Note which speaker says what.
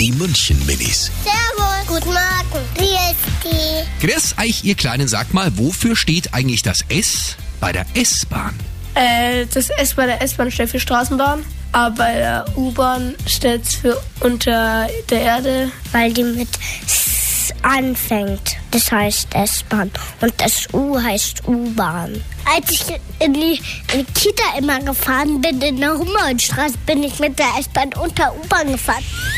Speaker 1: Die München Minis.
Speaker 2: Servus. Guten Morgen. Wie ist die?
Speaker 1: Grüß euch, ihr Kleinen. Sagt mal, wofür steht eigentlich das S bei der S-Bahn?
Speaker 3: Äh, das S bei der S-Bahn steht für Straßenbahn, aber bei der U-Bahn steht es für unter der Erde.
Speaker 2: Weil die mit S anfängt. Das heißt S-Bahn. Und das U heißt U-Bahn. Als ich in die, in die Kita immer gefahren bin, in der Humboldtstraße, bin ich mit der S-Bahn unter U-Bahn gefahren.